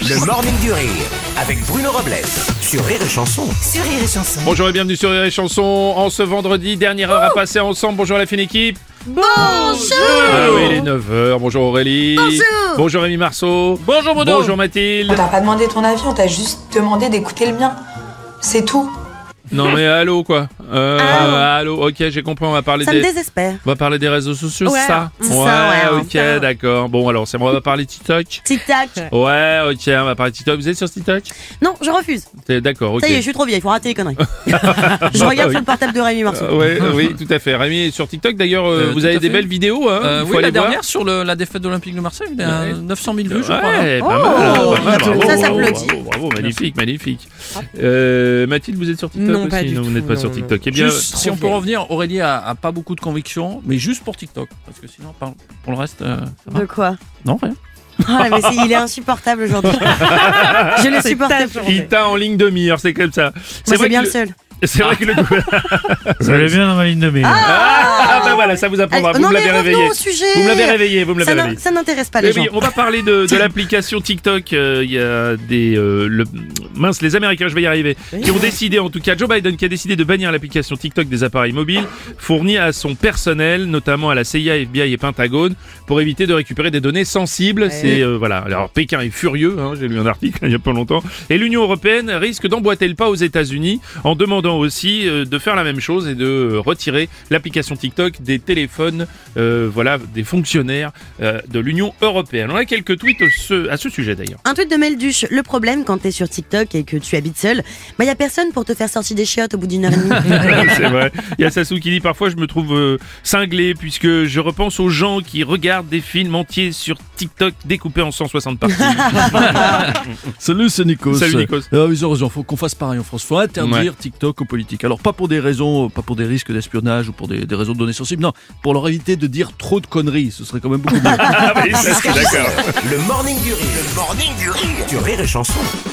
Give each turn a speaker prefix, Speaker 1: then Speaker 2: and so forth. Speaker 1: Le morning du rire avec Bruno Robles sur Rire et Chanson.
Speaker 2: sur Rire et Chanson.
Speaker 3: Bonjour et bienvenue sur Rire et Chanson. En ce vendredi, dernière heure à passer ensemble. Bonjour la fine équipe. Bonjour Ah oui, il est 9h. Bonjour Aurélie. Bonjour Bonjour Rémi Marceau. Bonjour Modo. Bonjour Mathilde.
Speaker 4: On t'a pas demandé ton avis, on t'a juste demandé d'écouter le mien. C'est tout.
Speaker 3: Non mais allô quoi. Euh, allô. Ok, j'ai compris. On va parler
Speaker 5: Ça
Speaker 3: des.
Speaker 5: me désespère.
Speaker 3: On va parler des réseaux sociaux,
Speaker 5: Ouais,
Speaker 3: ça.
Speaker 5: c'est ça, ouais,
Speaker 3: ok,
Speaker 5: enfin.
Speaker 3: d'accord. Bon alors, c'est moi. On va parler TikTok.
Speaker 5: Tic-tac.
Speaker 3: Ouais, ok, on va parler TikTok. Vous êtes sur TikTok
Speaker 5: Non, je refuse.
Speaker 3: T'es d'accord, ok. bah
Speaker 5: Ça y est, je suis trop vieille, faut rater les conneries. je regarde sur le portable de Rémi Marceau.
Speaker 3: Euh, ouais, oui, tout à fait. Rémi est sur TikTok d'ailleurs. euh,
Speaker 6: Euh,
Speaker 3: vous
Speaker 6: tout
Speaker 3: avez
Speaker 6: à
Speaker 3: des
Speaker 6: fait.
Speaker 3: belles vidéos. Hein,
Speaker 6: Euh,
Speaker 3: il faut
Speaker 6: oui, la
Speaker 3: aller voir.
Speaker 6: dernière sur le- la défaite d'Olympique de Marseille, il a
Speaker 3: Ouais.
Speaker 6: 900 000 vues, je crois. hein.
Speaker 3: Ouais, pas mal, pas mal,
Speaker 5: Oh, Ça
Speaker 3: bravo,
Speaker 5: s'applaudit.
Speaker 3: Bravo, bravo, magnifique, magnifique. Euh, Mathilde, vous êtes sur TikTok
Speaker 7: Non,
Speaker 3: aussi
Speaker 7: pas du
Speaker 3: Non, vous
Speaker 7: tout,
Speaker 3: n'êtes pas
Speaker 7: non,
Speaker 3: sur
Speaker 7: non.
Speaker 3: TikTok. Eh bien,
Speaker 6: Juste, si on peut revenir, Aurélie a, a pas beaucoup de convictions, mais juste pour TikTok. Parce que sinon, par- pour le reste, euh, ça
Speaker 3: Ah.
Speaker 6: va.
Speaker 5: De quoi
Speaker 6: Non, rien.
Speaker 5: Ah, mais c'est- Il est insupportable aujourd'hui. je le supporte plus. Moi,
Speaker 3: il t'a en ligne de mire, c'est comme ça.
Speaker 5: c'est
Speaker 3: vrai
Speaker 5: bien
Speaker 3: que le-
Speaker 5: le seul.
Speaker 3: C'est vrai que le coup.
Speaker 7: Vous allez bien dans ma ligne de mire.
Speaker 3: Ah, bah voilà, ça vous
Speaker 5: Allez,
Speaker 3: apprendra. vous
Speaker 5: non,
Speaker 3: me
Speaker 5: mais
Speaker 3: l'avez
Speaker 5: revenons
Speaker 3: réveillé.
Speaker 5: au sujet.
Speaker 3: Vous me l'avez réveillé, vous me
Speaker 5: Ça
Speaker 3: l'avez
Speaker 5: n'a-
Speaker 3: réveillé.
Speaker 5: Ça n'intéresse pas
Speaker 3: Eh
Speaker 5: les gens.
Speaker 3: oui, on va parler de, de l'application TikTok. Euh, Il y a des euh, le- mince les Américains, je vais y arriver, qui ont décidé, en tout cas Joe Biden, qui a décidé de bannir l'application TikTok des appareils mobiles fournie à son personnel, notamment à la CIA, FBI et Pentagone, pour éviter de récupérer des données sensibles. C'est euh, voilà. Alors Pékin est furieux. hein, J'ai lu un article il y a pas longtemps. Et l'Union européenne risque d'emboîter le pas aux États-Unis en demandant aussi euh, de faire la même chose et de euh, retirer l'application TikTok des téléphones, euh, voilà, des fonctionnaires euh, de l'Union européenne. On a quelques tweets au- ce- à ce sujet d'ailleurs.
Speaker 5: Un tweet de Melduche. Le problème quand t'es sur TikTok et que tu habites seul, bah y a personne pour te faire sortir des chiottes au bout d'une heure et demie.
Speaker 3: C'est vrai. Il y a Sassou qui dit parfois je me trouve euh, cinglé puisque je repense aux gens qui regardent des films entiers sur TikTok découpés en 160 parties.
Speaker 8: Salut, c'est Nikos.
Speaker 3: Salut, Nikos.
Speaker 8: Euh, ils ont raison, faut qu'on fasse pareil en France. Faut interdire TikTok aux politiques. Alors, pas pour des raisons, pas pour des risques d'espionnage ou pour des, des raisons de données sensibles, non. Pour leur éviter de dire trop de conneries. Ce serait quand même beaucoup mieux.
Speaker 3: Ah oui, ça, c'est d'accord.
Speaker 1: Le morning du rire. Le morning du rire sur Rire et Chanson.